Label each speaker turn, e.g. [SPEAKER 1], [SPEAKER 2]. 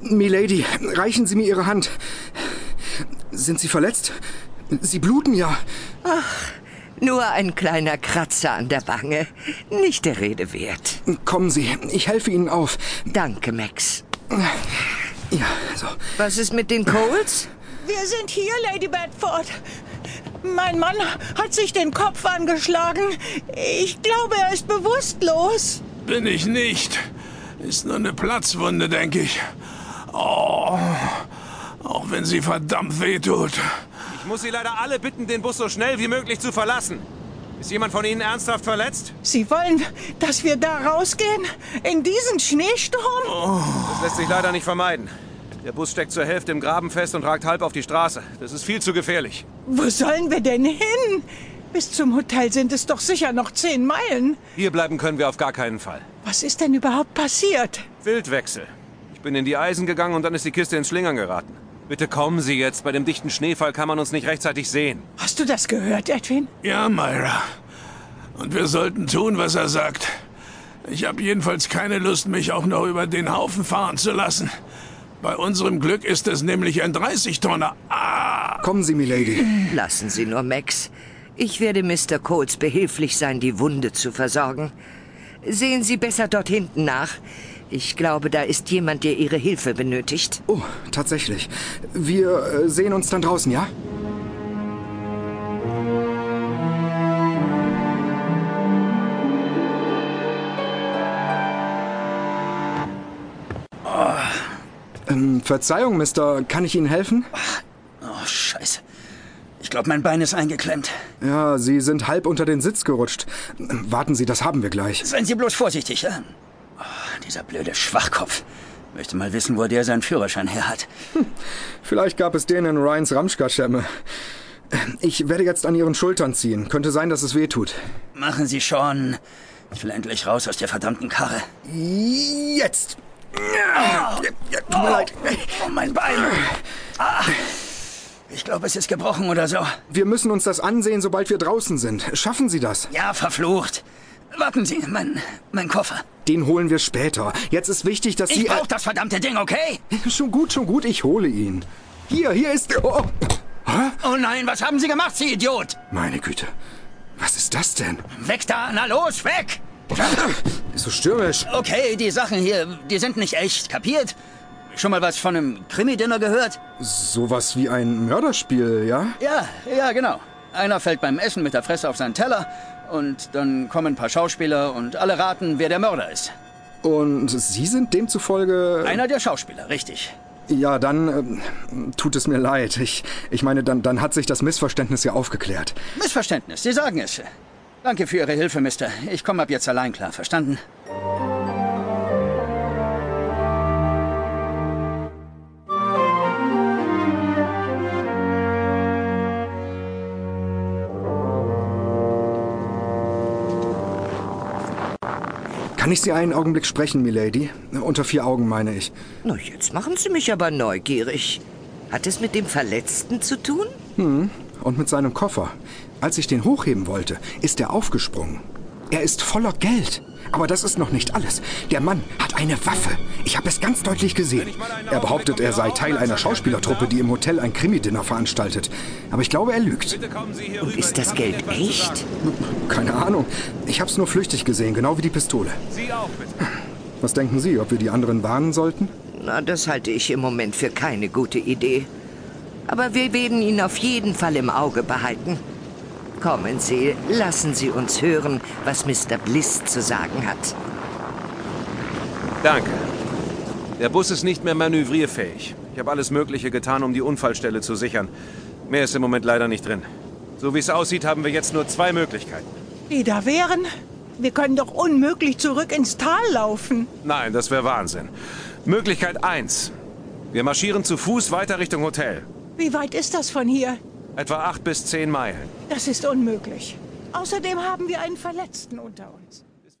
[SPEAKER 1] Milady, reichen Sie mir Ihre Hand. Sind Sie verletzt? Sie bluten ja.
[SPEAKER 2] Nur ein kleiner Kratzer an der Wange. Nicht der Rede wert.
[SPEAKER 1] Kommen Sie, ich helfe Ihnen auf.
[SPEAKER 2] Danke, Max.
[SPEAKER 1] Ja, so.
[SPEAKER 2] Was ist mit den Coles?
[SPEAKER 3] Wir sind hier, Lady Bedford. Mein Mann hat sich den Kopf angeschlagen. Ich glaube, er ist bewusstlos.
[SPEAKER 4] Bin ich nicht. Ist nur eine Platzwunde, denke ich. Oh, auch wenn sie verdammt wehtut.
[SPEAKER 5] Ich muss Sie leider alle bitten, den Bus so schnell wie möglich zu verlassen. Ist jemand von Ihnen ernsthaft verletzt?
[SPEAKER 3] Sie wollen, dass wir da rausgehen? In diesen Schneesturm?
[SPEAKER 5] Das lässt sich leider nicht vermeiden. Der Bus steckt zur Hälfte im Graben fest und ragt halb auf die Straße. Das ist viel zu gefährlich.
[SPEAKER 3] Wo sollen wir denn hin? Bis zum Hotel sind es doch sicher noch zehn Meilen.
[SPEAKER 5] Hier bleiben können wir auf gar keinen Fall.
[SPEAKER 3] Was ist denn überhaupt passiert?
[SPEAKER 5] Wildwechsel. Ich bin in die Eisen gegangen und dann ist die Kiste ins Schlingern geraten. Bitte kommen Sie jetzt. Bei dem dichten Schneefall kann man uns nicht rechtzeitig sehen.
[SPEAKER 3] Hast du das gehört, Edwin?
[SPEAKER 4] Ja, Myra. Und wir sollten tun, was er sagt. Ich habe jedenfalls keine Lust, mich auch noch über den Haufen fahren zu lassen. Bei unserem Glück ist es nämlich ein 30-Tonner. Ah!
[SPEAKER 1] Kommen Sie, Milady.
[SPEAKER 2] Lassen Sie nur, Max. Ich werde Mr. Coles behilflich sein, die Wunde zu versorgen. Sehen Sie besser dort hinten nach. Ich glaube, da ist jemand, der Ihre Hilfe benötigt.
[SPEAKER 1] Oh, tatsächlich. Wir äh, sehen uns dann draußen, ja? Ähm, Verzeihung, Mister, kann ich Ihnen helfen?
[SPEAKER 6] Oh, scheiße. Ich glaube, mein Bein ist eingeklemmt.
[SPEAKER 1] Ja, Sie sind halb unter den Sitz gerutscht. Warten Sie, das haben wir gleich.
[SPEAKER 6] Seien Sie bloß vorsichtig, ja? Oh, dieser blöde Schwachkopf. Möchte mal wissen, wo der seinen Führerschein her hat.
[SPEAKER 1] Vielleicht gab es den in Ryans Ramschka-Schemme. Ich werde jetzt an Ihren Schultern ziehen. Könnte sein, dass es weh tut.
[SPEAKER 6] Machen Sie schon. Ich will endlich raus aus der verdammten Karre.
[SPEAKER 1] Jetzt!
[SPEAKER 6] Tut mir leid. Oh, mein Bein. Ah. Ich glaube, es ist gebrochen oder so.
[SPEAKER 1] Wir müssen uns das ansehen, sobald wir draußen sind. Schaffen Sie das?
[SPEAKER 6] Ja, verflucht. Warten Sie, mein, mein Koffer. äh,
[SPEAKER 1] Den holen wir später. Jetzt ist wichtig, dass
[SPEAKER 6] Ich
[SPEAKER 1] Sie... Äh,
[SPEAKER 6] brauche das verdammte Ding, okay?
[SPEAKER 1] Schon gut, schon gut, ich hole ihn. Hier, hier ist... Oh,
[SPEAKER 6] Oh nein, was haben Sie gemacht, Sie Idiot?
[SPEAKER 1] meine Güte. Was ist das denn?
[SPEAKER 6] Weg da, na los, weg!
[SPEAKER 1] Ist so stürmisch.
[SPEAKER 6] Okay, die Sachen hier, die sind nicht echt, kapiert? Schon mal was von einem Krimi-Dinner gehört?
[SPEAKER 1] Sowas wie ein Mörderspiel, ja?
[SPEAKER 6] Ja, ja, genau. Einer fällt beim Essen mit der Fresse auf seinen Teller und dann kommen ein paar Schauspieler und alle raten, wer der Mörder ist.
[SPEAKER 1] Und Sie sind demzufolge...
[SPEAKER 6] Einer der Schauspieler, richtig.
[SPEAKER 1] Ja, dann ähm, tut es mir leid. Ich, ich meine, dann, dann hat sich das Missverständnis ja aufgeklärt.
[SPEAKER 6] Missverständnis, Sie sagen es. Danke für Ihre Hilfe, Mister. Ich komme ab jetzt allein klar, verstanden?
[SPEAKER 1] Kann ich Sie einen Augenblick sprechen, Milady? Unter vier Augen meine ich.
[SPEAKER 2] Na, jetzt machen Sie mich aber neugierig. Hat es mit dem Verletzten zu tun?
[SPEAKER 1] Und mit seinem Koffer. Als ich den hochheben wollte, ist er aufgesprungen. Er ist voller Geld. Aber das ist noch nicht alles. Der Mann hat eine Waffe. Ich habe es ganz deutlich gesehen. Er behauptet, er sei Teil einer Schauspielertruppe, die im Hotel ein Krimi-Dinner veranstaltet. Aber ich glaube, er lügt.
[SPEAKER 5] Bitte kommen Sie hier
[SPEAKER 2] Und
[SPEAKER 5] rüber.
[SPEAKER 2] ist das
[SPEAKER 5] Ich habe Ihnen
[SPEAKER 2] Geld
[SPEAKER 5] etwas zu
[SPEAKER 2] echt?
[SPEAKER 5] sagen.
[SPEAKER 1] Keine Ahnung. Ich habe es nur flüchtig gesehen, genau wie die Pistole.
[SPEAKER 5] Sie auch, bitte.
[SPEAKER 1] Was denken Sie, ob wir die anderen warnen sollten?
[SPEAKER 2] Na, das halte ich im Moment für keine gute Idee. Aber wir werden ihn auf jeden Fall im Auge behalten. Kommen Sie, lassen Sie uns hören, was Mr. Bliss zu sagen hat.
[SPEAKER 5] Danke. Der Bus ist nicht mehr manövrierfähig. Ich habe alles Mögliche getan, um die Unfallstelle zu sichern. Mehr ist im Moment leider nicht drin. So wie es aussieht, haben wir jetzt nur zwei Möglichkeiten.
[SPEAKER 3] Die da wären? Wir können doch unmöglich zurück ins Tal laufen.
[SPEAKER 5] Nein, das wäre Wahnsinn. Möglichkeit 1. Wir marschieren zu Fuß weiter Richtung Hotel.
[SPEAKER 3] Wie weit ist das von hier?
[SPEAKER 5] Etwa acht bis zehn Meilen.
[SPEAKER 3] Das ist unmöglich. Außerdem haben wir einen Verletzten unter uns.